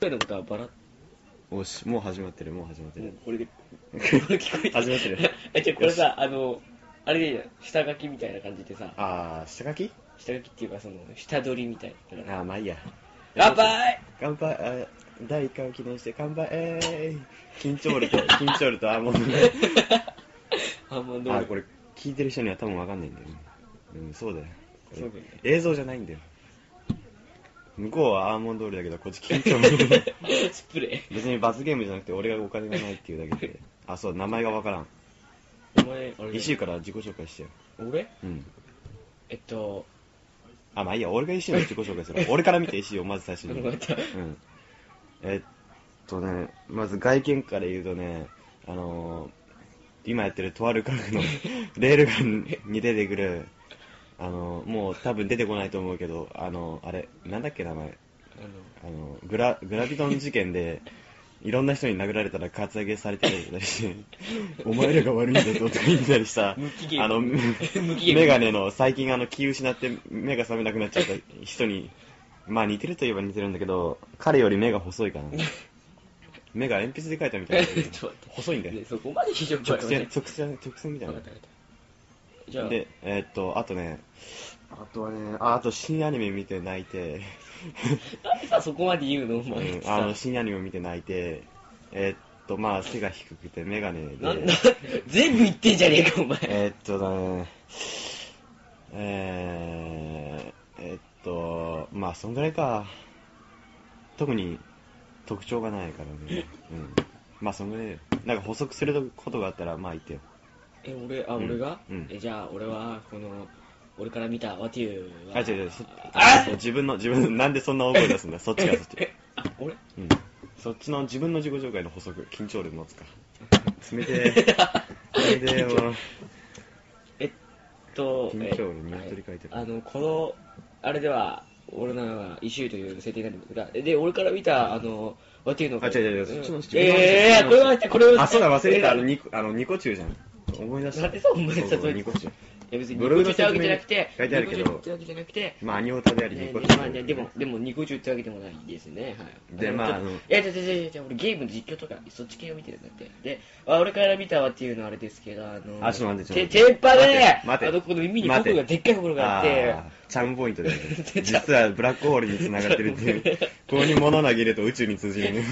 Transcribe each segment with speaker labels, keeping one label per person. Speaker 1: 回のことはバラ
Speaker 2: おし、もう始まってる、もう始まって
Speaker 1: もう
Speaker 2: る。
Speaker 1: これで、これ聞こえた。
Speaker 2: 始まってる
Speaker 1: え、じゃあこれさ、あの、あれでいいじゃん。下書きみたいな感じでさ、
Speaker 2: あー、下書き
Speaker 1: 下書きっていうか、その、下取りみたい
Speaker 2: あ
Speaker 1: な。
Speaker 2: ー、まあいいや。
Speaker 1: 乾 杯
Speaker 2: 乾杯、あ第1回を記念して乾杯、えーい緊張ると、 緊張ると、あー、もう、ね、
Speaker 1: あ、もう
Speaker 2: あ
Speaker 1: ど
Speaker 2: ー、
Speaker 1: う
Speaker 2: これ、聞いてる人には多分わかんないんだよね。うん、そうだよ。
Speaker 1: そうだよね
Speaker 2: 映像じゃないんだよ。向こうはアーモンド通りだけど、こっち緊張る。
Speaker 1: スプレ
Speaker 2: 別に罰ゲームじゃなくて、俺がお金がないっていうだけで。あ、そう、名前がわからん。
Speaker 1: ー。お前、あれ
Speaker 2: 石井から自己紹介してよ。
Speaker 1: 俺
Speaker 2: うん。
Speaker 1: えっと、
Speaker 2: あ、まあいいや、俺が石井の自己紹介する。俺から見て石井をまず最初 に。
Speaker 1: また
Speaker 2: うん、えっとね、まず外見から言うとね、あのー今やってるとある科学のレールガンに出てくる、あのーもう多分出てこないと思うけど、あのーあれ、なんだっけ名前、
Speaker 1: あ の、
Speaker 2: あのーグラ、グラビトン事件で、いろんな人に殴られたらカツアゲされてたり して、お前らが悪いんだぞとか言ったりし た
Speaker 1: 無期、限
Speaker 2: あの、メ
Speaker 1: 無期限。
Speaker 2: ガネの最近あの気失って目が覚めなくなっちゃった人に、まあ似てるといえば似てるんだけど、彼より目が細いかな。目が鉛筆で描いたみたいな
Speaker 1: ちょっと待って
Speaker 2: 細いんだ
Speaker 1: ね
Speaker 2: よ。
Speaker 1: そこまで非常に
Speaker 2: 直線、直線、直線みたい
Speaker 1: わか
Speaker 2: な
Speaker 1: っ。たわかったじゃあ、
Speaker 2: で、えーっと、あとね、あとはね、ああと新アニメ見て泣いて、
Speaker 1: なんでさ、そこまで言うのお
Speaker 2: う
Speaker 1: 前
Speaker 2: ん
Speaker 1: って
Speaker 2: あ
Speaker 1: さ
Speaker 2: の、新アニメを見て泣いて、えーっと、まあ、背が低くて、メガネ
Speaker 1: なん
Speaker 2: で
Speaker 1: だ、、全部言ってんじゃねえか、お前。
Speaker 2: えーっとだね、えー、えーっと、まあ、そんぐらいか。特に特徴がないからね。うん。まあ、そんぐらいだよ。なんか補足することがあったら、まあ、言ってよ。
Speaker 1: え、俺、あ、
Speaker 2: うん
Speaker 1: 俺が
Speaker 2: うん
Speaker 1: え、じゃあ、俺は、この、俺から見た、ワテューは。
Speaker 2: あ、違う違う、そ
Speaker 1: あ
Speaker 2: 自分の、自分の、なんでそんな大声出すんだそっちがそっち。
Speaker 1: あ、俺
Speaker 2: うん。そっちの自分の自己紹介の補足、緊張力持つ か。冷てえ。冷てえもう
Speaker 1: えっと、
Speaker 2: 緊張俺鶏書いてる
Speaker 1: あの、この、あれでは、俺の名前は、石井という設定になるんですが、で、俺から見た、あの、ワテューの。
Speaker 2: あ、違う違う違う、そっちの
Speaker 1: ん
Speaker 2: 自分の
Speaker 1: ええ、これは待って、これは
Speaker 2: あ、そうだ、忘れ てた。あの、
Speaker 1: え
Speaker 2: ニコ、あの、ニコ中じゃん。思い出した。
Speaker 1: なんでそう思い出した
Speaker 2: そうそう
Speaker 1: そいつ
Speaker 2: ニコ中。
Speaker 1: え別に、
Speaker 2: ブ
Speaker 1: ニ
Speaker 2: ロ
Speaker 1: コ
Speaker 2: グ
Speaker 1: 中
Speaker 2: の
Speaker 1: ってわけじゃなくて、
Speaker 2: 説明に書いてあるけど
Speaker 1: ニコ中ってわけじゃなくて、
Speaker 2: まあ、アニオタであり、ニ
Speaker 1: ね
Speaker 2: コ
Speaker 1: まあね
Speaker 2: 中。
Speaker 1: でも、でも、ニコ中ってわけでもないですね。はい。
Speaker 2: でまああの
Speaker 1: いや、違う違う違う違う、俺ゲームの実況とか、そっち系を見てるんだって。で、あ俺から見たわっていうのはあれですけど、あの、
Speaker 2: あちょっと待ってちょっと待って
Speaker 1: て天パで、
Speaker 2: 待て
Speaker 1: あの、この耳に
Speaker 2: 待て
Speaker 1: 僕がでっかい心があって、
Speaker 2: あーチャームポイ ントだよね。実はブラックホールに繋がってるっていう。ここに物投げると宇宙に通じるね。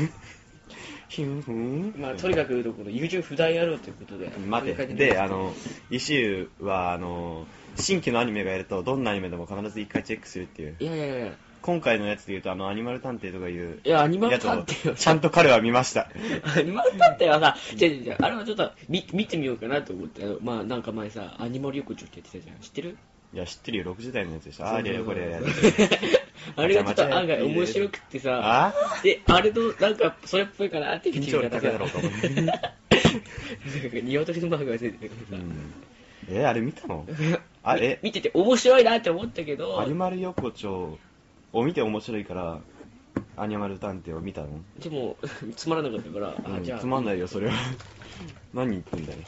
Speaker 2: ヒュンフン
Speaker 1: まあ、とにかく言うと、この優柔不断やろうということで。
Speaker 2: 待て、で、あ、の、石湯は、あの、新規のアニメがやると、どんなアニメでも必ず一回チェックするっていう。
Speaker 1: いやいやいやいや、
Speaker 2: 今回のやつで言うと、あの、アニマル探偵とかいう
Speaker 1: いや、アニマル
Speaker 2: やつを
Speaker 1: 探偵は、
Speaker 2: ちゃんと彼は見ました。
Speaker 1: アニマル探偵はさ、違う違う違う、あれはちょっと見見てみようかなと思って、あのまあ、なんか前さ、アニマル横丁ってやってたじゃん。知ってる
Speaker 2: いや、知ってるよ、6時台のやつでしょ。あれ、これ、
Speaker 1: あれがちょっと案外面白くってさ、
Speaker 2: あ
Speaker 1: で、あれの、なんか、それっぽいかなって見
Speaker 2: 緊
Speaker 1: て
Speaker 2: 張
Speaker 1: み
Speaker 2: 力
Speaker 1: た
Speaker 2: 高いだろう
Speaker 1: ら
Speaker 2: と
Speaker 1: さ、
Speaker 2: 思って。
Speaker 1: 鶏のマークが出てる
Speaker 2: う
Speaker 1: からさ、
Speaker 2: んえ、あれ見た のあ、え、
Speaker 1: 見てて面白いなって思ったけど、
Speaker 2: 有丸横丁を見て面白いから、アニマル探偵を見たの
Speaker 1: でも、つまらなかったから、
Speaker 2: う
Speaker 1: あ、
Speaker 2: ん
Speaker 1: じゃあ、
Speaker 2: つまんないよ、それは。 何言ってんだよ。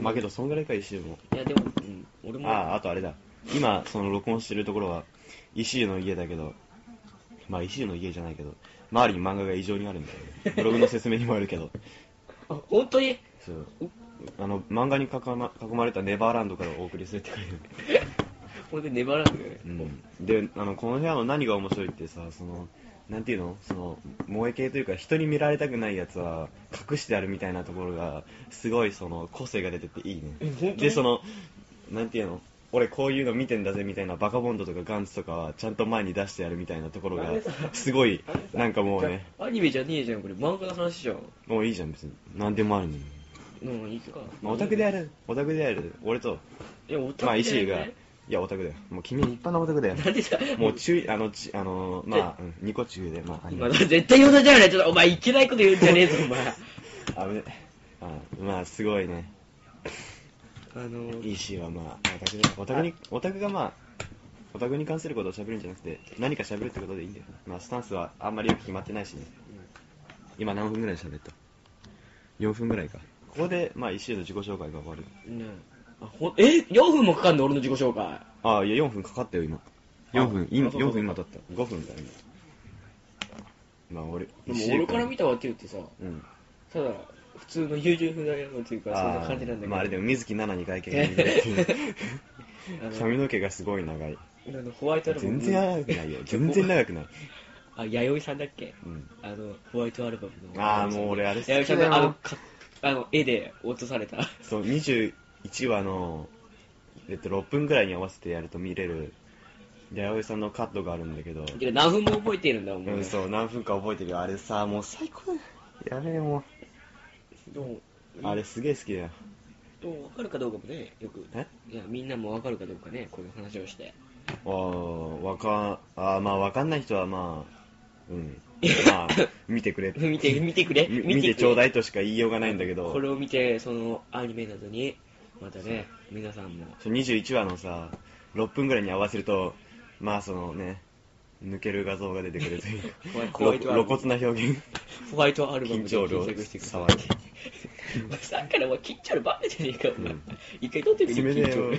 Speaker 2: まあけど、そんぐらいか、石井も。
Speaker 1: いや、でも、うん、俺も、
Speaker 2: ああ、あとあれだ。今、その録音してるところは、石井の家だけど、まあ石井の家じゃないけど、周りに漫画が異常にあるんだよね。ブログの説明にもあるけど。
Speaker 1: あ本当に、
Speaker 2: そう。あの、漫画に囲ま囲まれたネバーランドからお送りするって書いてある。
Speaker 1: 俺で粘らんだよね。
Speaker 2: うん、であのこの部屋の何が面白いってさそのなんていうのその萌え系というか人に見られたくないやつは隠してあるみたいなところがすごいその個性が出てていい
Speaker 1: え本当
Speaker 2: ね
Speaker 1: に
Speaker 2: でそのなんていうの俺こういうの見てんだぜみたいなバカボンドとかガンツとかはちゃんと前に出してやるみたいなところが
Speaker 1: なんでさ
Speaker 2: すごいなんかもうね
Speaker 1: アニメじゃねえじゃん、これ、漫画の話じゃん。
Speaker 2: もういいじゃん別に何でもあるのに、
Speaker 1: うん、いいか。
Speaker 2: まあ、オタクであるオタクである俺と
Speaker 1: いや、オタクだよ
Speaker 2: まあ
Speaker 1: ね
Speaker 2: 石井がいやオタクだよもう君は立派なオタクだよ
Speaker 1: なんでさ、
Speaker 2: もう 中、あの、ちあの、まあ、うんニコ中で、まあ、あ
Speaker 1: 今、絶対言うたじゃない、ちょっと、お前、いけないこと言うんじゃねえぞ、お前。
Speaker 2: 危ねあまあ、すごいね。
Speaker 1: あの、
Speaker 2: EC はまあ、オタクで、オタクに、オタクがまあ、オタクに関することを喋るんじゃなくて、何か喋るってことでいいんだよ。まあ、スタンスはあんまりよく決まってないしね。今何分ぐらい喋った ?4 分ぐらいか。ここで、まあ、EC の自己紹介が終わる。
Speaker 1: ねえあほんえ4分もかかんの俺の自己紹介
Speaker 2: ああ、いや、4分かかったよ、今。4分、今、
Speaker 1: あそうそう
Speaker 2: 4分今経った。5分だよ、今。まあ俺、
Speaker 1: で
Speaker 2: 一
Speaker 1: も
Speaker 2: 週間
Speaker 1: 俺から見たわけよってさ、
Speaker 2: うん。
Speaker 1: ただ、普通の優柔不断やのっていうか、そんな
Speaker 2: ー
Speaker 1: 感じなんだけど。
Speaker 2: まああれでも水木奈々に外見が見れるっ ていう
Speaker 1: あの
Speaker 2: 髪の毛がすごい長
Speaker 1: あ
Speaker 2: い。
Speaker 1: のホワイトアルバム
Speaker 2: 全然長く ないよ。全然長くない。
Speaker 1: あ弥生さんだっけ
Speaker 2: うん。
Speaker 1: あのホワイトアルバムの
Speaker 2: ああ、もう俺あれ好
Speaker 1: 弥生
Speaker 2: き
Speaker 1: さん
Speaker 2: だよ
Speaker 1: のあのかあの絵で落とされた
Speaker 2: そう、21話の、えっと、6分ぐらいに合わせてやると見れる、弥生さんのカットがあるんだけど、
Speaker 1: けど何分も覚えてるんだもん、
Speaker 2: うん、そう、何分か覚えてるよ。あれさ、もう最高だよ。やべえ、も
Speaker 1: でも
Speaker 2: う。あれすげえ好きだよ。
Speaker 1: でも分かるかどうかもねよく
Speaker 2: え
Speaker 1: いやみんなも分かるかどうかねこの話をして
Speaker 2: ああ、わかん、あーまあわかんない人はまあ、 うん。まあ、見てくれ。
Speaker 1: 見て見てくれ
Speaker 2: み
Speaker 1: くれ
Speaker 2: 見てちょうだいとしか言いようがないんだけど
Speaker 1: こ、れを見てそのアニメなどにまたね皆さんも
Speaker 2: そう21話のさ、6分ぐらいに合わせると、まあそのね、抜ける画像が出てくる という
Speaker 1: ホワイトアルバム
Speaker 2: 露骨な表現。
Speaker 1: ホワイトアルバム
Speaker 2: 緊
Speaker 1: で
Speaker 2: 張量
Speaker 1: 検索してください
Speaker 2: 騒ぎ。
Speaker 1: お前さっきからお前緊張量バカじゃねえかお前、
Speaker 2: うん
Speaker 1: 一回撮ってみて
Speaker 2: 決め
Speaker 1: 緊
Speaker 2: ね
Speaker 1: 張
Speaker 2: よ
Speaker 1: 量。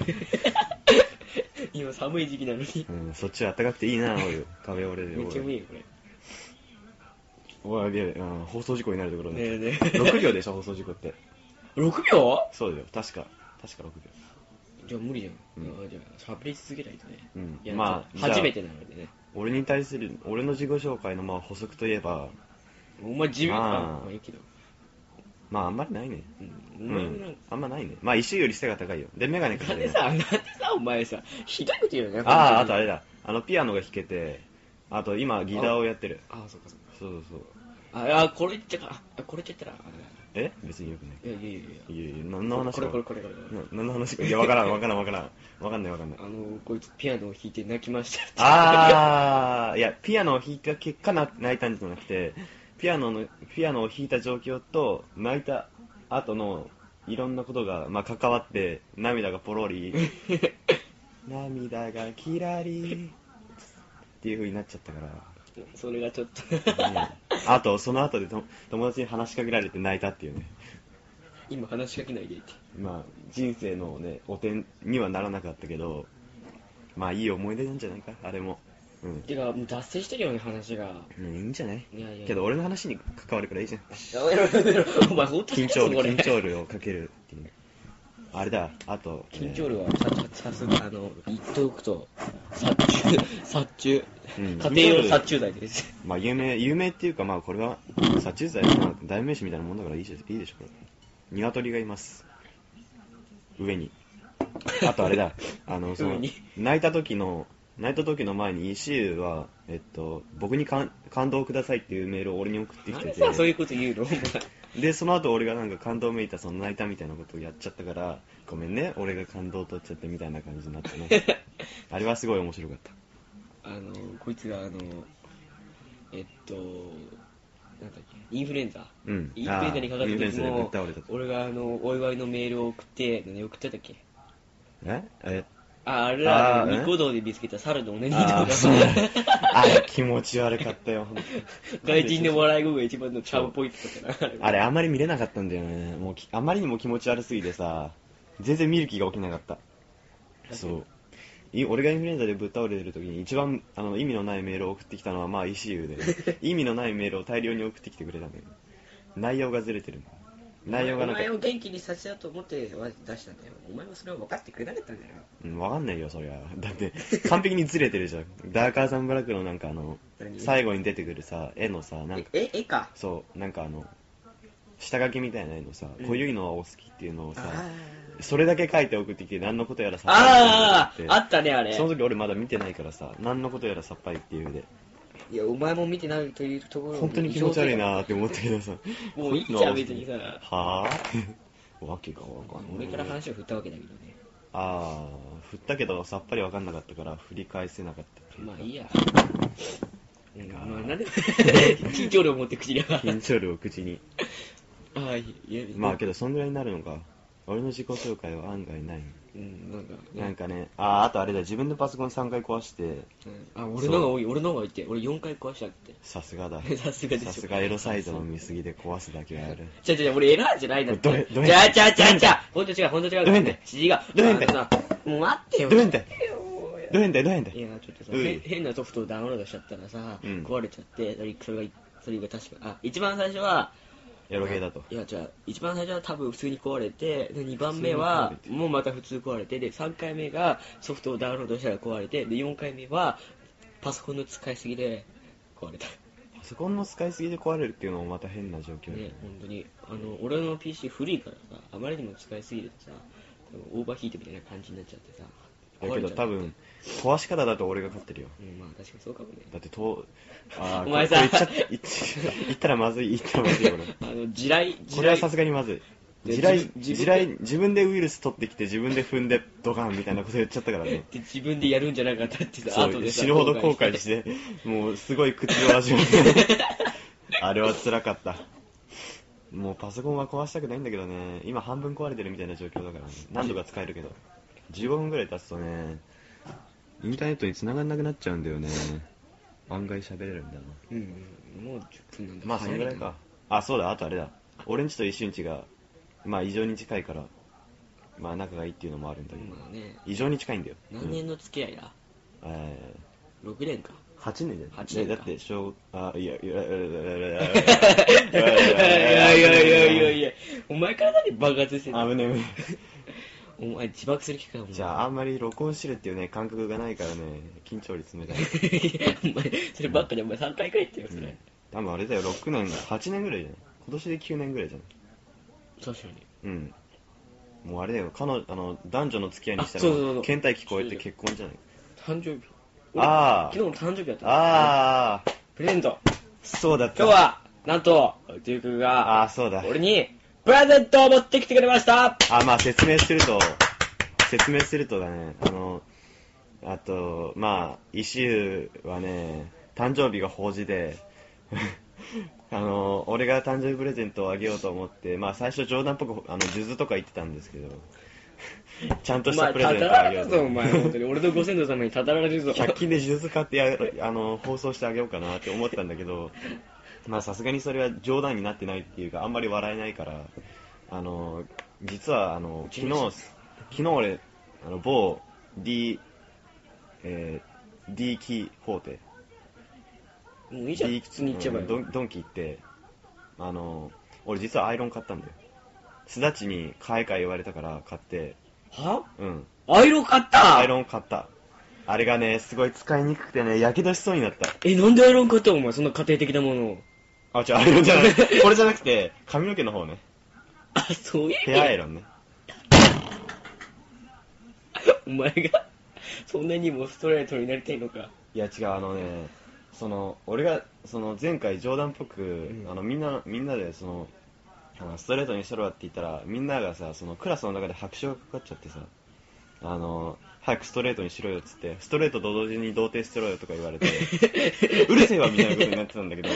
Speaker 1: 今寒い時期なのに
Speaker 2: うん、そっちは暖かくていいな、おい。壁折れる
Speaker 1: めっちゃ無
Speaker 2: よ。
Speaker 1: 理よこれ
Speaker 2: おい、やべえうん放送事故になるところ
Speaker 1: ねえ
Speaker 2: ね。
Speaker 1: ねえ
Speaker 2: 6秒でしょ、放送事故って。
Speaker 1: 6秒
Speaker 2: そうだよ、確か。確か6秒。
Speaker 1: じゃあ無理じゃん、
Speaker 2: う
Speaker 1: あじゃあ喋り続けないとね、
Speaker 2: うん
Speaker 1: いや
Speaker 2: まあ
Speaker 1: ちょ初めてなのでね
Speaker 2: 俺に対する、俺の自己紹介のまあ補足といえば、
Speaker 1: お前自分
Speaker 2: まあ
Speaker 1: まあいいけど、
Speaker 2: まああんまりないね。
Speaker 1: うん、お
Speaker 2: う
Speaker 1: 前もなんんか、
Speaker 2: あんまないね。まあ、石より背が高いよ。で、メガネかけ
Speaker 1: なん
Speaker 2: て
Speaker 1: で
Speaker 2: ね。
Speaker 1: さ、なんでさ、お前さ、ひどいこと言うよね。
Speaker 2: ああ、あ
Speaker 1: 本当
Speaker 2: と
Speaker 1: に
Speaker 2: あれ。だ。あの、ピアノが弾けて、あと今、ギターをやってる。
Speaker 1: ああ、そっかそっか。
Speaker 2: そうそうそう。
Speaker 1: ああ、これ言っちゃか、あこれ言っちゃったら、あ
Speaker 2: え別によくない。
Speaker 1: れだいやいやいやい
Speaker 2: いやいや、何の
Speaker 1: や。
Speaker 2: 話
Speaker 1: こ
Speaker 2: か
Speaker 1: れこれこれこれこれ。
Speaker 2: な何の話か。いや、わからん、わからん、わからん。わかんない、わかんない
Speaker 1: あ。の、こいつピアノを弾いて泣きました って。
Speaker 2: あー、いや、ピアノを弾いた結果な泣いたんじゃなくて、ピアノの、ピアノを弾いた状況と、泣いた後の、いろんなことが、まあ、関わって、涙がポロ リ、涙がキラリ、っていう風になっちゃったから
Speaker 1: それがちょっと、
Speaker 2: ね、あと、その後でと友達に話しかけられて泣いたっていうね、
Speaker 1: 今話しかけないでって。
Speaker 2: まあ、人生のね、汚点にはならなかったけど、まあ、いい思い出なんじゃないか、あれも。うん。
Speaker 1: てか、もう脱線してるよね、話が。
Speaker 2: うんいいんじゃない
Speaker 1: いやいやいや
Speaker 2: けど俺の話に関わるからいいじ ゃん
Speaker 1: やめろやめろ、お前本当に
Speaker 2: 緊張
Speaker 1: こ
Speaker 2: 力
Speaker 1: れ
Speaker 2: 緊張力をかけるっていうあれだあと
Speaker 1: 緊張量はささすがあの言っておくと殺虫殺虫、
Speaker 2: うん
Speaker 1: 家庭用殺虫剤です
Speaker 2: えーまあ有名有名っていうかまあこれは殺虫剤の代名詞みたいなもんだからいいでしょいいでしょこれ鶏がいます上にあとあれだあの そ
Speaker 1: 上
Speaker 2: の
Speaker 1: に
Speaker 2: 泣いた時の泣いた時の前に石井は、えっと、僕に感感動をくださいっていうメールを俺に送ってき
Speaker 1: なん
Speaker 2: て
Speaker 1: で
Speaker 2: て
Speaker 1: さそういうこと言うのお 前
Speaker 2: でその後俺がなんか感動めいたその泣いたみたいなことをやっちゃったからごめんね俺が感動を取っちゃってみたいな感じになってねあれはすごい面白かった
Speaker 1: あのこいつがあのえっとなんだっけインフルエンザ、
Speaker 2: うん
Speaker 1: インフルエンザにかかっ
Speaker 2: あーインフルエ
Speaker 1: た
Speaker 2: ン
Speaker 1: 時
Speaker 2: ザでぶっ
Speaker 1: も
Speaker 2: 倒れた
Speaker 1: 俺があのお祝いのメールを送って何送ってたっけ
Speaker 2: ええ
Speaker 1: ああれだあ
Speaker 2: あー
Speaker 1: の
Speaker 2: え
Speaker 1: ニコ動で見つけた猿のおねぎと
Speaker 2: あ
Speaker 1: か
Speaker 2: ーそうだあれ気持ち悪かったよ本当に
Speaker 1: 外人の笑い声が一番のチャームポイントだったから
Speaker 2: あれあまり見れなかったんだよねもうきあまりにも気持ち悪すぎてさ全然見る気が起きなかったそうい俺がインフルエンザでぶっ倒れてる時に一番あの意味のないメールを送ってきたのはまあ ECU で意味のないメールを大量に送ってきてくれたんだよ内容がずれてる内容がなん
Speaker 1: お前
Speaker 2: か、
Speaker 1: を元気にさせようと思って出したんだよお前もそれを分かってくれなかったんだよ
Speaker 2: うん、わかんないよそりゃだって完璧にずれてるじゃんダーカーサンブラックのなんかあの
Speaker 1: 何
Speaker 2: 最後に出てくるさ絵のさなんか
Speaker 1: ええ絵か
Speaker 2: そうなんかあの下書きみたいな絵のさ、こういうのはお好きっていうのをさ
Speaker 1: あ
Speaker 2: それだけ書いて送ってきて何のことやらさっ
Speaker 1: あ
Speaker 2: ぱ
Speaker 1: ー
Speaker 2: りって
Speaker 1: あったねあれ
Speaker 2: その時俺まだ見てないからさ何のことやらさっぱりっていうで
Speaker 1: いやお前も見てないというところ
Speaker 2: 本当に気持ち悪いなーって思ったけどさ
Speaker 1: もういいじゃん別にさ
Speaker 2: はあわけがわかんな
Speaker 1: 俺
Speaker 2: い
Speaker 1: から話を振ったわけだけどね
Speaker 2: ああ振ったけどさっぱりわかんなかったから振り返せなかったっていう
Speaker 1: まあいいやうん
Speaker 2: か
Speaker 1: まあなんで 緊張力持って口 には
Speaker 2: 緊張量を口 に
Speaker 1: ああいやいや
Speaker 2: まあけどそんぐらいになるのか俺の自己紹介は案外ない
Speaker 1: うんなんか
Speaker 2: なんかねあああとあれだ自分でパソコン3回壊して
Speaker 1: うんあ俺の方が多い俺の方が多いって俺4回壊したって
Speaker 2: さすがだ
Speaker 1: さすがでしょ
Speaker 2: さすがエロサイトの見過ぎで壊すだけはある
Speaker 1: 違う違う、俺エラーじゃないんだって。
Speaker 2: どれどれ
Speaker 1: じゃあじゃあじゃあじゃあほんと違う、ほんと違う。
Speaker 2: どれんだよ
Speaker 1: 違う。
Speaker 2: どれんだよ
Speaker 1: あのさもう待ってよ。
Speaker 2: どれんだよ
Speaker 1: もう
Speaker 2: どうやんだよどうやんだ
Speaker 1: い
Speaker 2: よ
Speaker 1: や、ちょっとさ、
Speaker 2: うん
Speaker 1: へん変なソフトをダウンロードしちゃったらさ、
Speaker 2: うん
Speaker 1: 壊れちゃって、それがそれが確かあ一番最初は
Speaker 2: エロゲーだと。
Speaker 1: いやじゃあ一番最初は多分普通に壊れてで2番目は
Speaker 2: 普通に壊れて
Speaker 1: もうまた普通壊れてで3回目がソフトをダウンロードしたら壊れてで4回目はパソコンの使いすぎで壊れた
Speaker 2: パソコンの使いすぎで壊れるっていうのもまた変な状況だよ
Speaker 1: ね
Speaker 2: ね。
Speaker 1: 本当にあの俺の PC 古いからさあまりにも使いすぎるとさ多分オーバーヒートみたいな感じになっちゃってさ
Speaker 2: だけ
Speaker 1: ちゃ
Speaker 2: ど
Speaker 1: う
Speaker 2: 多分、壊し方だと俺が勝ってるよ。
Speaker 1: うんまあ確かにそうかもね
Speaker 2: だってと、あー
Speaker 1: お前さ
Speaker 2: これ言っちゃ言っ言ったらまずい、言ったらまずいよ、俺。
Speaker 1: あの地雷地
Speaker 2: これは
Speaker 1: 雷
Speaker 2: さすがにまずい。
Speaker 1: で
Speaker 2: 地雷、
Speaker 1: 自分自
Speaker 2: 地
Speaker 1: 分で
Speaker 2: 雷、自分でウイルス取ってきて、自分で踏んで、ドカンみたいなこと言っちゃったからね。
Speaker 1: って自分でやるんじゃなかったってさ
Speaker 2: そ
Speaker 1: 後で
Speaker 2: う、
Speaker 1: さ
Speaker 2: 死ぬほど後悔して、もうすごい苦痛を味わって。 あれは辛かった。もうパソコンは壊したくないんだけどね、今半分壊れてるみたいな状況だからね、何度か使えるけど。15分ぐらい経つとね、インターネットに繋がんなくなっちゃうんだよね。案外喋れるんだな。
Speaker 1: うんうんもう10分なんだ
Speaker 2: まあそれぐらいか。あ、そうだ、あとあれだ。俺んちと一瞬ちが、まあ異常に近いから、まあ仲がいいっていうのもあるんだけど、
Speaker 1: まあね
Speaker 2: 異常に近いんだよ。
Speaker 1: 何年の付き合いだ、
Speaker 2: うんえー
Speaker 1: 六 ?6 年か。
Speaker 2: 8年じゃない
Speaker 1: 8年か
Speaker 2: だって小あいやいやいやいやい
Speaker 1: いやいやいや
Speaker 2: や
Speaker 1: いやい
Speaker 2: い
Speaker 1: や、お前から何爆発してんの
Speaker 2: 危ねえ危ね
Speaker 1: お前自爆する機会も
Speaker 2: えじ ゃああんまり録音してるっていうね感覚がないからね緊張率めたい
Speaker 1: お前、そればっかでお前3回くらい言ってよ、それ。
Speaker 2: 多分あれだよ6年8年ぐらいじゃない今年で9年ぐらいじゃない
Speaker 1: 確かに。
Speaker 2: うんもうあれだよ彼女あの男女の付き合いにした
Speaker 1: あそうそうそ
Speaker 2: ら
Speaker 1: う
Speaker 2: 倦怠期超えて結婚じゃない
Speaker 1: 誕生日。
Speaker 2: あー
Speaker 1: 俺昨日の誕生日だった。
Speaker 2: ああ
Speaker 1: プレゼント。
Speaker 2: そうだった
Speaker 1: 今日は、なんと、デューク
Speaker 2: あ
Speaker 1: が、
Speaker 2: あそうだ
Speaker 1: 俺に、プレゼントを持ってきてくれました
Speaker 2: あ、まあ説明すると、説明するとだね、あの、あと、まあ、イシューはね、誕生日が法事で、 あの、俺が誕生日プレゼントをあげようと思って、まあ最初冗談っぽく、あの、数珠とか言ってたんですけど、ちゃんと
Speaker 1: お
Speaker 2: した
Speaker 1: 前、
Speaker 2: プ
Speaker 1: た
Speaker 2: レ
Speaker 1: た
Speaker 2: ゼントをあ
Speaker 1: ら
Speaker 2: げ
Speaker 1: れ
Speaker 2: よう
Speaker 1: る
Speaker 2: と
Speaker 1: ぞ、
Speaker 2: 思って
Speaker 1: お前、本当に。俺のご先祖様にたたられるぞ。
Speaker 2: 100均で数珠買ってやあの放送してあげようかなって思ったんだけど、まあさすがにそれは冗談になってないっていうか、あんまり笑えないから、あの実はあの昨日、昨日俺、あの某 D、えー D キーフォーテ、
Speaker 1: もういいじゃん、
Speaker 2: D
Speaker 1: 普通に言っちゃえば
Speaker 2: うんド
Speaker 1: よ。
Speaker 2: ンドンキ行って、あの俺実はアイロン買ったんだよ。すだちに買い替え言われたから買って、
Speaker 1: は
Speaker 2: うん、
Speaker 1: アイロン買った
Speaker 2: アイロン買った。あれがね、すごい使いにくくてね、やけどしそうになった。
Speaker 1: え、なんでアイロン買ったのお前、そんな家庭的なものを。
Speaker 2: あ、違う、アイロンじゃない。 これじゃなくて、髪の毛の方ね。
Speaker 1: あ、そういう意味
Speaker 2: ヘアアイロンね。
Speaker 1: お前が、そんなにもストレートになりたいのか。
Speaker 2: いや、違う、あのね、その、俺が、その、前回冗談っぽく、
Speaker 1: ん
Speaker 2: あの、みんな、みんなで、その、あのストレートにしろよって言ったら、みんながさ、その、クラスの中で拍手がかかっちゃってさ、あの、早くストレートにしろよっつって、ストレートと同時に同定しろよとか言われて、 うるせえわみたいなことになってたんだけど、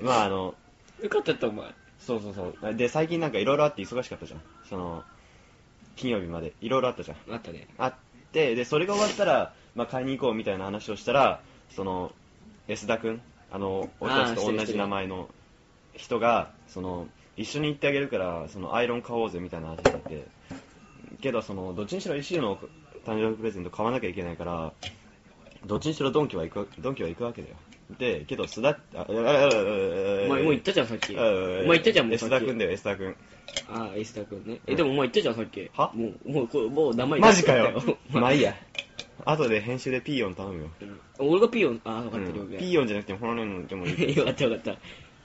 Speaker 2: まあ、あの、
Speaker 1: よかったった、お前。
Speaker 2: そうそうそう。で、最近なんかいろいろあって忙しかったじゃん。その、金曜日まで。いろいろあったじゃん。
Speaker 1: あったね。
Speaker 2: あって、で、それが終わったら、まあ、買いに行こうみたいな話をしたら、その、安田くん、あの、俺たちと同じ名前の人が、その、一緒に行ってあげるから、その、アイロン買おうぜみたいな話になって、けど、その、どっちにしろ一周の誕生日プレゼント買わなきゃいけないから、どっちにしろドンキは行く、ドンキは行くわけだよ。で、けど、須田、あ、お
Speaker 1: お前、
Speaker 2: 前
Speaker 1: もう言ったじゃん、さっき。お前
Speaker 2: お
Speaker 1: 言ったじゃん、もうさっき。
Speaker 2: 安田くんだよ、安田くん。
Speaker 1: あ、エスタ君ね。え、でもお前言ったじゃん、さっき。
Speaker 2: は
Speaker 1: もう、もう、これもう名前。
Speaker 2: マジかよ
Speaker 1: お
Speaker 2: ま
Speaker 1: 前
Speaker 2: あいいや。後で編集でピーヨン頼むよ。
Speaker 1: 俺がピーヨン、あ、分か
Speaker 2: う
Speaker 1: っ
Speaker 2: ん
Speaker 1: た、了
Speaker 2: ピー
Speaker 1: 解。
Speaker 2: ヨンじゃなくても、ほのねんでもい い。
Speaker 1: よかった、よかった。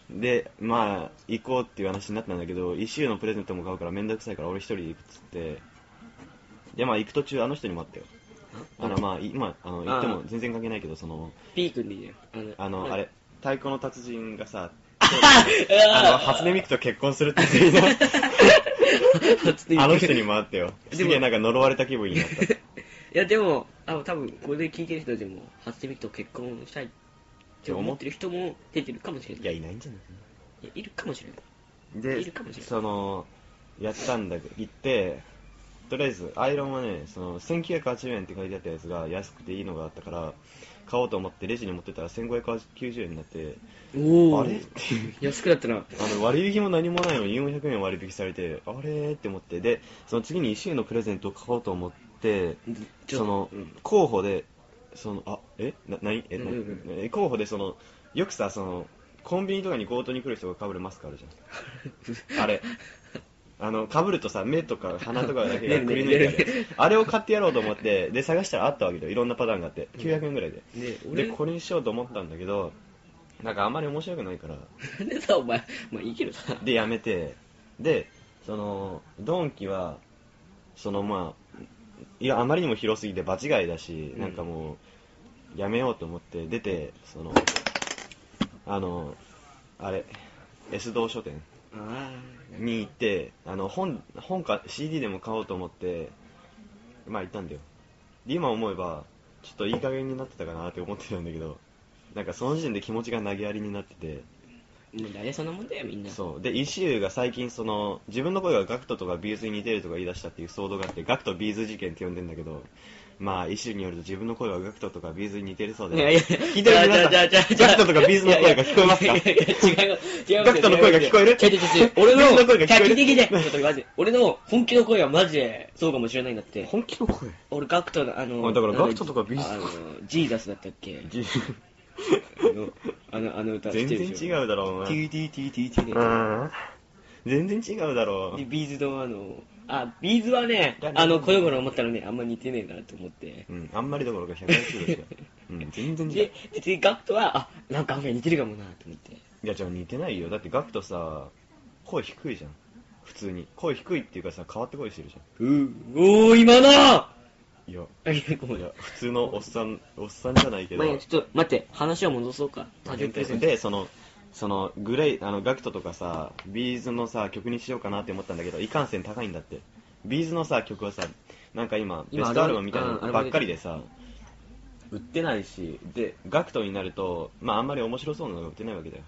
Speaker 2: で、まあ、行こうっていう話になったんだけど、一周のプレゼントも買うからめんどくさいから俺一人で行くっつって、で、まあ行く途中あの人にも会ったよ。あの、まあ、今、あの、行っても全然関係ないけど、その、
Speaker 1: ピー君でいいじゃん。
Speaker 2: あの、あれ、太鼓の達人 がさ、あの、
Speaker 1: あ
Speaker 2: 初音ミクと結婚するって言 ってた
Speaker 1: の、 初音ミク
Speaker 2: あの人にも会ったよ。
Speaker 1: も
Speaker 2: すげえなんか呪われた気分になった。
Speaker 1: いや、でも、あ多分これで聞いてる人でも、初音ミクと結婚したいって思ってる人も出てるかもしれない
Speaker 2: い。や、いないんじゃないかな。
Speaker 1: いやいるかもしれない。い
Speaker 2: で
Speaker 1: るかもしれない
Speaker 2: そのやったんだけど行ってとりあえずアイロンはねその1980円って書いてあったやつが安くていいのがあったから買おうと思ってレジに持ってたら1590円になって
Speaker 1: お
Speaker 2: あれ
Speaker 1: ー安くなったな。
Speaker 2: あの割引も何もないのに400円割引されてあれーって思ってでその次に石井のプレゼントを買おうと思って
Speaker 1: ちょ
Speaker 2: その、
Speaker 1: うん
Speaker 2: 候補でそのあえな何え、な
Speaker 1: うんうん
Speaker 2: え候補でそのよくさそのコンビニとかに強盗に来る人が被るマスクあるじゃん あれあの被るとさ目とか鼻とかだけ がくり抜いてあるあれを買ってやろうと思ってで探したらあったわけだよいろんなパターンがあって900円ぐらいで、
Speaker 1: ね俺
Speaker 2: でこれにしようと思ったんだけどなんかあんまり面白くないから
Speaker 1: なんでさお前まあいいけどさ
Speaker 2: でやめてでそのドンキはそのまあいやあまりにも広すぎて場違いだし、
Speaker 1: うん
Speaker 2: なんかもうやめようと思って出てそのあのあれ S 堂書店
Speaker 1: あ
Speaker 2: に行ってあの本本か CD でも買おうと思ってまあ行ったんだよで今思えばちょっといい加減になってたかなって思ってたんだけどなんかその時点で気持ちが投げやりになってて
Speaker 1: あね大体そんなもんだよみんな
Speaker 2: そうでイシューが最近その自分の声がガクトとかビーズに似てるとか言い出したっていう騒動があってガクトビーズ事件って呼んでんだけどまあイシューによると自分の声はガクトとかビーズに似てるそうで
Speaker 1: いやいや
Speaker 2: 聞いてる皆さん
Speaker 1: じゃあじゃあじゃあ
Speaker 2: ガクトとかビーズの声が聞こえますか
Speaker 1: いやいやいや違う違う
Speaker 2: ガクトの声が聞こえる
Speaker 1: 違う違う違う俺
Speaker 2: ビーズ
Speaker 1: の
Speaker 2: の声が聞こえる
Speaker 1: いや聞いて聞いてちょっとマジで俺の本気の声はマジでそうかもしれないんだって
Speaker 2: 本気の声
Speaker 1: 俺ガクトのあの
Speaker 2: あだから
Speaker 1: なん
Speaker 2: ガクトとかビーズ
Speaker 1: あ
Speaker 2: とか
Speaker 1: のジーザスだったっけ
Speaker 2: じ
Speaker 1: あのあのあの歌
Speaker 2: 全然違うだろお前
Speaker 1: TTTTT
Speaker 2: う
Speaker 1: ね
Speaker 2: ん全然違うだろ
Speaker 1: でビーズのあのあビーズはね
Speaker 2: だね
Speaker 1: あのこの頃思ったらねあんま似てねえなと思って
Speaker 2: うんあんまりどころか180度違う、うん、全然違う
Speaker 1: でで次ガクトはあなんかあんまり似てるかもなと思って
Speaker 2: いやじゃあ似てないよだってガクトさ声低いじゃん普通に声低いっていうかさ変わって声してるじ
Speaker 1: うーおー 今の
Speaker 2: ゃんいや
Speaker 1: あいやごめん
Speaker 2: いや普通のおっさんおっさんじゃないけ
Speaker 1: ま
Speaker 2: ど
Speaker 1: あいいやちょっと待って話を戻そうか
Speaker 2: まあ
Speaker 1: 誕生日プレゼント
Speaker 2: でそのそのグレイあのガクトとかさビーズのさ曲にしようかなって思ったんだけどいかんせん高いんだってビーズのさ曲はさなんか今ベ
Speaker 1: 今
Speaker 2: ストアルバムみたいな
Speaker 1: うんア
Speaker 2: の
Speaker 1: ルバ
Speaker 2: ば
Speaker 1: ム出てる
Speaker 2: っかりでさ売ってないしでガクトになるとまああんまり面白そうなのが売ってないわけだよ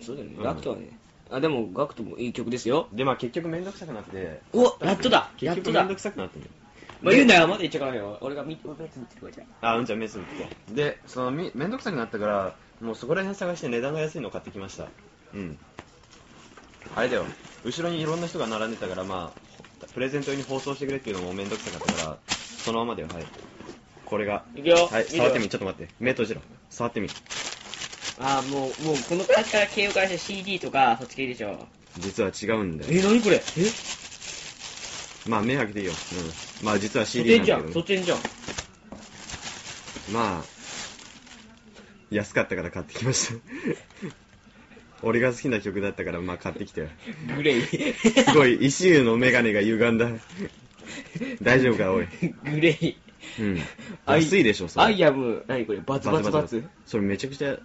Speaker 1: そうだよね
Speaker 2: うん
Speaker 1: ガクトはねあでもガクトもいい曲ですよ
Speaker 2: でまあ結局面倒くさくなって
Speaker 1: おやっとだや
Speaker 2: 結
Speaker 1: っと
Speaker 2: 局
Speaker 1: だ
Speaker 2: 面倒くさくなってんだよ
Speaker 1: まあ言うなよまだ言っちゃダメよ俺が見て俺が見てるわじゃ
Speaker 2: あうんじゃあメス打ってでそのみ面倒くさくなったからもうそこら辺探して値段が安いのを買ってきましたうんあれだよ後ろにいろんな人が並んでたからまあプレゼント用に包装してくれっていうのも面倒くさかったからそのままだよはいこれが
Speaker 1: いくよ
Speaker 2: はい
Speaker 1: 見るよ
Speaker 2: 触ってみちょっと待って目閉じろ触ってみ
Speaker 1: ああもうもうこの形から形容からして CD とかそっち系でしょ
Speaker 2: 実は違うんだよ
Speaker 1: え何これえ
Speaker 2: まあ目開けていいようんまあ実は
Speaker 1: そっ
Speaker 2: CD
Speaker 1: ち
Speaker 2: なん
Speaker 1: じゃ
Speaker 2: だ
Speaker 1: ん
Speaker 2: け
Speaker 1: そ
Speaker 2: ど
Speaker 1: っちじゃん
Speaker 2: まあ安かったから買ってきました 俺が好きな曲だったからまあ買ってきたよ
Speaker 1: グレイ
Speaker 2: すごい、イシューのメガネが歪んだ。大丈夫か、おい。
Speaker 1: グレイ
Speaker 2: うん。
Speaker 1: あい
Speaker 2: 安いでしょ、そ
Speaker 1: ア
Speaker 2: れ。
Speaker 1: イアム何これバツバツバツ。
Speaker 2: それめちゃくちゃ、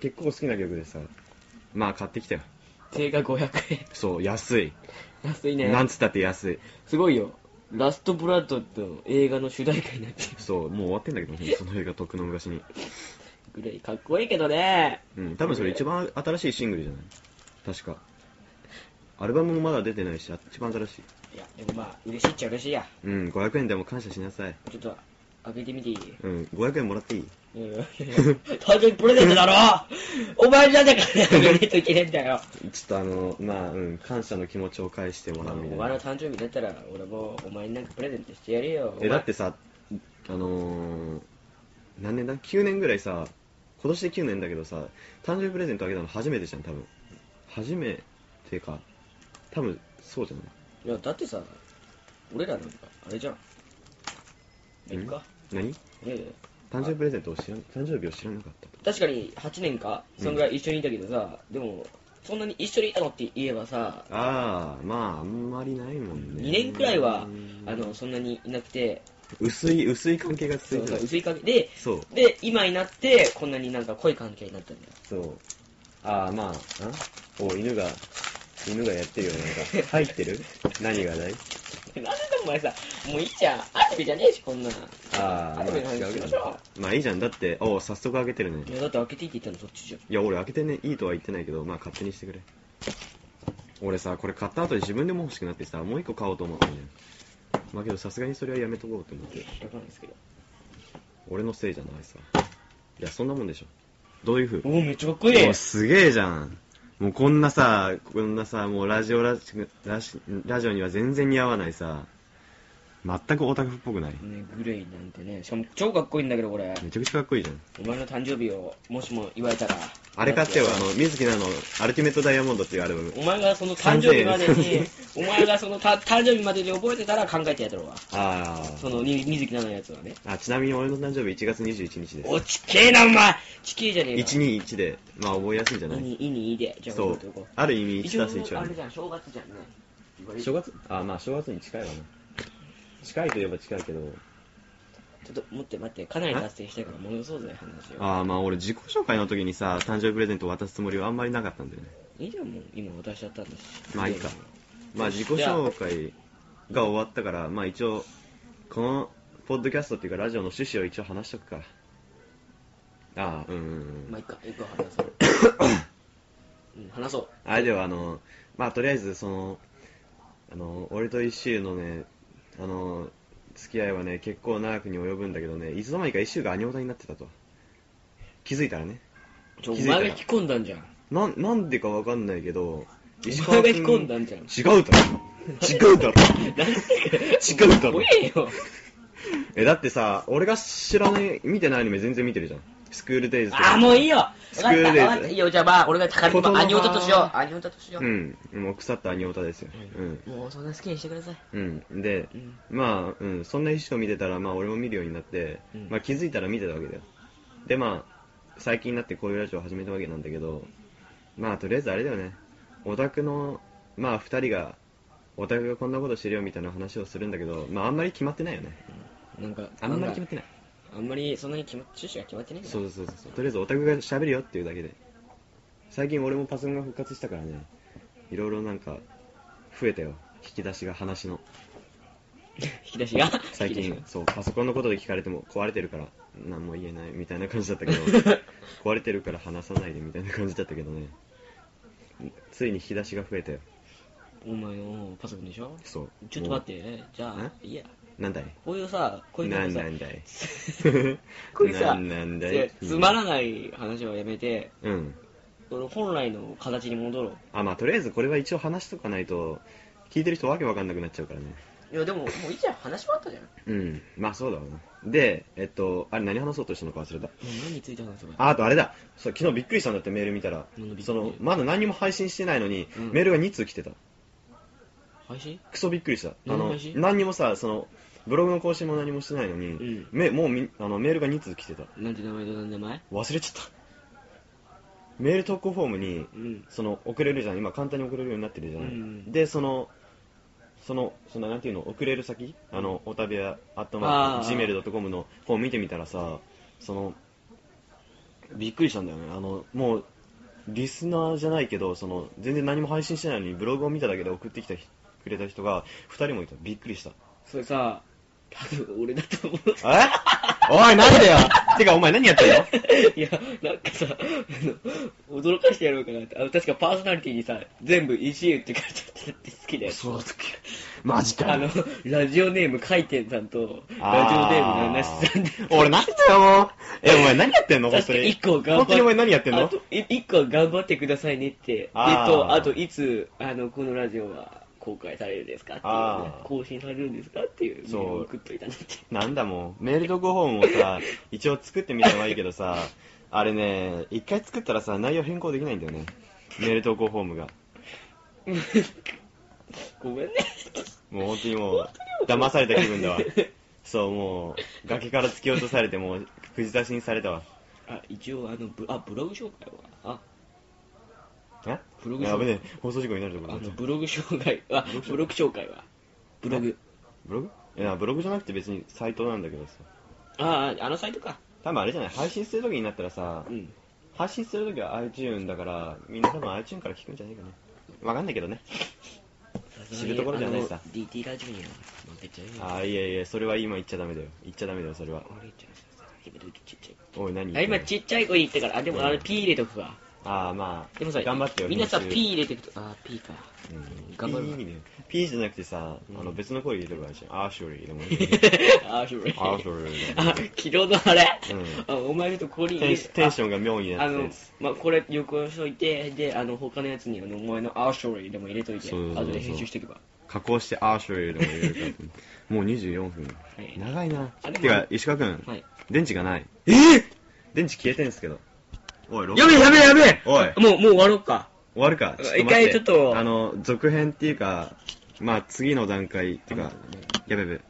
Speaker 2: 結構好きな曲でさ。まあ、買ってきたよ。
Speaker 1: 定価500円
Speaker 2: そう、安い。
Speaker 1: 安い
Speaker 2: な
Speaker 1: ね
Speaker 2: んつったって安い。
Speaker 1: すごいよラストブラッドと映画の主題歌になってる
Speaker 2: そう、もう終わってんだけどね、その映画、とっくの昔に。
Speaker 1: グレイかっこいいけどね
Speaker 2: うん、多分それ一番新しいシングルじゃない確か。アルバムもまだ出てないし、あ一番新しい。
Speaker 1: いやでもまあ嬉しいっちゃ嬉しいや
Speaker 2: うん、500円でも感謝しなさい。
Speaker 1: ちょっと開けてみていい
Speaker 2: うん、500円もらっていい
Speaker 1: うん誕生日プレゼントだ ろお前じゃなきゃあげないといけないんだよ
Speaker 2: ちょっとあの、まあ、うん、感謝の気持ちを返してもら
Speaker 1: お
Speaker 2: うみたい
Speaker 1: 前
Speaker 2: な。
Speaker 1: の誕生日だったら俺もお前になんかプレゼントしてやるよ
Speaker 2: えだってさあのー、何年だ9年ぐらいさ今年で9年だけどさ誕生日プレゼントあげたの初めてじゃん多分初めてか多分そうじゃない
Speaker 1: いやだってさ俺らなんかあれじゃん
Speaker 2: うん
Speaker 1: いいか
Speaker 2: 何
Speaker 1: ねえ
Speaker 2: 誕生日プレゼントを知らん誕生日を知らなかったと
Speaker 1: 確かに8年かそんぐらい一緒にいたけどさ、でもそんなに一緒にいたのって言えばさ
Speaker 2: ああまああんまりないもんね
Speaker 1: 2年くらいは
Speaker 2: うん
Speaker 1: あのそんなにいなくて
Speaker 2: 薄い薄い関係が
Speaker 1: そ
Speaker 2: 続いうて
Speaker 1: そ
Speaker 2: た
Speaker 1: う薄い関係で
Speaker 2: そう
Speaker 1: で今になってこんなになんか濃い関係になったんだよ
Speaker 2: そうああまああお犬が犬がやってるよなんか入ってる何がない
Speaker 1: なんでお前さ、もういいじゃん。アニメじゃねえし、こんなの。
Speaker 2: ああ、
Speaker 1: アニ
Speaker 2: まあ
Speaker 1: メの話
Speaker 2: 違う
Speaker 1: し
Speaker 2: け
Speaker 1: まし
Speaker 2: ど
Speaker 1: ょ
Speaker 2: ね。まあいいじゃん。だって、おう早速開けてるね
Speaker 1: う。い。や、だって開けていいって言ったのそっちじゃん。
Speaker 2: いや、俺開けてね、いいとは言ってないけど、まあ勝手にしてくれ。俺さ、これ買った後で自分でも欲しくなってさ、もう一個買おうと思ったんだよ。まあけどさすがにそれはやめとこうと思って。
Speaker 1: 開かないですけど。
Speaker 2: 俺のせいじゃないさ。いや、そんなもんでしょ。どういう風
Speaker 1: おお、めっちゃかっこいい
Speaker 2: お。すげえじゃん。もうこんなさ、こんなさ、もうラジオらしく、ラしラジオには全然似合わないさ、全くオタクっぽくない。
Speaker 1: ね、グレイなんてね、しかも超かっこいいんだけど、これ。
Speaker 2: めちゃくちゃかっこいいじゃん。
Speaker 1: お前の誕生日を、もしも言われたら、
Speaker 2: あれ買ってよ、あの、水木奈々のアルティメットダイヤモンドっていうアルバム。
Speaker 1: お前がその誕生日まで に、お前がそのた誕生日までに覚えてたら考えてやったろうわ。
Speaker 2: あ
Speaker 1: その、に水木奈々のやつはね。
Speaker 2: あ。あ、ちなみに俺の誕生日1月21日です。
Speaker 1: おちけえな、お前ちけえじゃねえか。
Speaker 2: 121で、まあ覚えやすいんじゃない
Speaker 1: いに、いに、いで。じゃあ、
Speaker 2: そ
Speaker 1: 覚えておこ
Speaker 2: う。ある意味
Speaker 1: 一
Speaker 2: 1たす1
Speaker 1: 応、あ
Speaker 2: は
Speaker 1: れ
Speaker 2: ね
Speaker 1: じ。ゃん、正月じゃんね。
Speaker 2: 正月あ、まあ正月に近いわな。近いといえば近いけど。
Speaker 1: ちょっと待って待って、かなり達成したから戻そうぜ、話を。
Speaker 2: ああ、まあ俺自己紹介の時にさ、誕生日プレゼント渡すつもりはあんまりなかったんだよね。
Speaker 1: いいじゃん、もう今渡しちゃったんだし。
Speaker 2: まあいいか。まあ自己紹介が終わったから、まあ一応、このポッドキャストっていうかラジオの趣旨を一応話しとくか。ああ、うんうんうん。
Speaker 1: まあいいか、いくわ話そう。うん、話そう。
Speaker 2: あれではあの、まあとりあえずその、あの、俺と一周のね、あの、付き合いはね、結構長くに及ぶんだけどね、いつの間にか一周がアニオタになってたと。気づいたらね。
Speaker 1: ちょ、お
Speaker 2: 気づいたよ
Speaker 1: 前が着込んだんじゃん。
Speaker 2: なん、なんでかわかんないけど、
Speaker 1: お前が着込んだんじゃん。
Speaker 2: 違うだろ違 うだろ
Speaker 1: なんで
Speaker 2: 違うだろ
Speaker 1: 怖えよ。
Speaker 2: え、だってさ、俺が知らない、見てないアニメ全然見てるじゃん。スクールデイズとか。
Speaker 1: あー、もういいよ。わ
Speaker 2: スク
Speaker 1: か
Speaker 2: ー
Speaker 1: っ
Speaker 2: ル
Speaker 1: た、
Speaker 2: デイズ
Speaker 1: わかった。いいよ、じゃあまあ、俺が高木
Speaker 2: 言葉
Speaker 1: アニオタとしよう。アニオタとしよう。
Speaker 2: うん。もう腐ったアニオタですよ。うん。
Speaker 1: もうそんな好きにしてください。
Speaker 2: うん。で、
Speaker 1: うん
Speaker 2: まあ、うん。そんな意識を見てたら、まあ俺も見るようになって、
Speaker 1: うん
Speaker 2: まあ気づいたら見てたわけだよ。で、まあ、最近になってこういうラジオを始めたわけなんだけど、まあとりあえずあれだよね。オタクの、まあ二人が、オタクがこんなことしてるよみたいな話をするんだけど、まああんまり決まってないよね。
Speaker 1: なんか、
Speaker 2: あんまり決まってない。
Speaker 1: あんまりそんなに決まっ趣旨が決まってないんだ
Speaker 2: そうそうそうそうとりあえずオタクが喋るよっていうだけで最近俺もパソコンが復活したからねいろいろなんか増えたよ引き出しが話の
Speaker 1: 引き出しが
Speaker 2: 最
Speaker 1: 引き出
Speaker 2: 近
Speaker 1: し
Speaker 2: そうパソコンのことで聞かれても壊れてるから何も言えないみたいな感じだったけど 壊れてるから話さないでみたいな感じだったけどねついに引き出しが増えたよ
Speaker 1: お前のパソコンでしょ
Speaker 2: そう
Speaker 1: ちょっと待って、じゃあ、
Speaker 2: え
Speaker 1: いや、
Speaker 2: てなんだい
Speaker 1: こういうさ、こういう
Speaker 2: な
Speaker 1: の
Speaker 2: ん
Speaker 1: さ
Speaker 2: な、んだい
Speaker 1: こういう
Speaker 2: な
Speaker 1: さ、
Speaker 2: んなんだい
Speaker 1: つつまらない話はやめて、
Speaker 2: うん
Speaker 1: この本来の形に戻ろう。
Speaker 2: あまあとりあえずこれは一応話しとかないと聞いてる人わけわかんなくなっちゃうからね
Speaker 1: いや、でも、もういいじゃん、話終わったじゃん。も
Speaker 2: うん、まあそうだわな。で、えっと、あれ何話そうとしたのか忘れた。
Speaker 1: う何について話すか。
Speaker 2: あ、あとあれだ。そう昨日びっくりしたんだってメール見たら
Speaker 1: 何のびっく。り
Speaker 2: その、まだ何も配信してないのに、
Speaker 1: うん
Speaker 2: メールが2通来てた。
Speaker 1: 配信
Speaker 2: クソびっくりした。あ
Speaker 1: 何の
Speaker 2: の
Speaker 1: 配、信
Speaker 2: 何にもさ、その、ブログの更新も何もしてないのに、
Speaker 1: ん
Speaker 2: めもうみあのメールが2通来てた。
Speaker 1: なんて名前と何名前
Speaker 2: 忘れちゃった。メール投稿フォームに、
Speaker 1: うん。
Speaker 2: その、送れるじゃん。今簡単に送れるようになってるじゃない。
Speaker 1: うん
Speaker 2: で、その、その、その、なんていうの、送れる先あの、おたびや、あった
Speaker 1: あ
Speaker 2: ま、
Speaker 1: ー
Speaker 2: gmail.com の方を見てみたらさ、その、びっくりしたんだよね。あの、もう、リスナーじゃないけど、その、全然何も配信してないのに、ブログを見ただけで送ってきた人、くれた人が、二人もいた。びっくりした。
Speaker 1: それさ、多分俺だと思う。
Speaker 2: え おい、なんでよてか、お前何やってんの
Speaker 1: いや、なんかさ、あの、驚かしてやろうかなって。あの、確かパーソナリティにさ、全部石井って書いてあって好きだよ。
Speaker 2: そうだっけマジか
Speaker 1: あの、ラジオネーム回転さんと、ラジオネームなしさんで。
Speaker 2: あー俺なんだよ、もう。え、お前何やってんの本
Speaker 1: 確
Speaker 2: 当
Speaker 1: か
Speaker 2: に。
Speaker 1: 一個頑張っ
Speaker 2: 本当にお前何やってん
Speaker 1: あ
Speaker 2: の
Speaker 1: と、い一個は頑張ってくださいねって。え
Speaker 2: あー
Speaker 1: っと、あと、いつ、あの、このラジオは公開されるんですかっていう
Speaker 2: あ
Speaker 1: ね
Speaker 2: ー
Speaker 1: 更新されるんですかっていうメールを送っといたなって。
Speaker 2: なんだもう、メールドゴホームをさ、一応作ってみたはいいけどさ、あれね、一回作ったらさ、内容変更できないんだよね。メール投稿フォームが。
Speaker 1: ごめんね。
Speaker 2: もう本当にもう、騙された気分だわ。そう、もう、崖から突き落とされて、もう、くじ出しにされたわ。
Speaker 1: あ、一応、あの、ブあ、ブログ紹介は。あ、
Speaker 2: え
Speaker 1: ブログ
Speaker 2: あ
Speaker 1: 紹
Speaker 2: 危
Speaker 1: 介
Speaker 2: ねえ、放送事故になるとこ
Speaker 1: あ
Speaker 2: だっ
Speaker 1: の
Speaker 2: た。
Speaker 1: ブログ紹介は、ブログ紹介は。ブログ。
Speaker 2: ブログいや、ブログじゃなくて別にサイトなんだけどさ。
Speaker 1: ああ、あのサイトか。
Speaker 2: 多分あれじゃない、配信するときになったらさ、
Speaker 1: うん。
Speaker 2: 配信するときは iTune だから、みんな多分 iTune から聞くんじゃないかな。わかんないけどね。知るところじゃないさ
Speaker 1: あの DT ラジオには負けちゃうよ。
Speaker 2: ああ、いやいや、それは今言っちゃダメだよ。言っちゃダメだよ、それは。
Speaker 1: あれちゃうさ左手ちっちゃい
Speaker 2: おい、何
Speaker 1: あ
Speaker 2: 言ってんの
Speaker 1: 今ちっちゃい子言ってから、あ、でもあれ P 入れとくわ。
Speaker 2: ああ、まあ、
Speaker 1: でもさ、
Speaker 2: 頑張ってよ。
Speaker 1: みんなさ、
Speaker 2: 編集
Speaker 1: P 入れてくと、あ、P か。
Speaker 2: うん、
Speaker 1: 頑張るわ
Speaker 2: P ね P じゃなくてさ、
Speaker 1: うん
Speaker 2: あの別の声入れてくからじゃん。アーシュリーでもいい。
Speaker 1: あ、それ。
Speaker 2: ア
Speaker 1: あ
Speaker 2: ーシ、ュリーでもいい
Speaker 1: 昨日のあれ
Speaker 2: うん
Speaker 1: あお前ちょっとここに
Speaker 2: テンシ。テンシ
Speaker 1: ョン
Speaker 2: ョンが妙にな
Speaker 1: あ
Speaker 2: ってた
Speaker 1: の
Speaker 2: やつ。、
Speaker 1: まあ、これ、横にしといて、で、あの、他のやつに、あの、お前のアーショリーでも入れといて、
Speaker 2: そうそうそう
Speaker 1: 後で編集していけば。
Speaker 2: 加工してアーシュリーでも入れるから。もう24分。
Speaker 1: い
Speaker 2: 長いな。
Speaker 1: あでも
Speaker 2: てか、石川くん、
Speaker 1: はい。
Speaker 2: 電池がない。電池消えてんすけど。おい、ろ
Speaker 1: やべえやべえやべえ
Speaker 2: おい
Speaker 1: もう、もう終わろうか。
Speaker 2: 終わるか。
Speaker 1: 一回ちょっと
Speaker 2: あの、続編っていうか、まあ次の段階っていうか、やべやべ。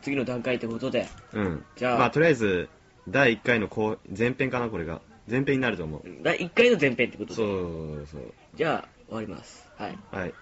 Speaker 1: 次の段階ってことで。
Speaker 2: うん。
Speaker 1: じゃあ
Speaker 2: まあとりあえず、第1回の後前編かな、これが。前編になると思う。
Speaker 1: 第1回の前編ってことで。
Speaker 2: そうそうそう。
Speaker 1: じゃあ、終わります。はい。
Speaker 2: はい。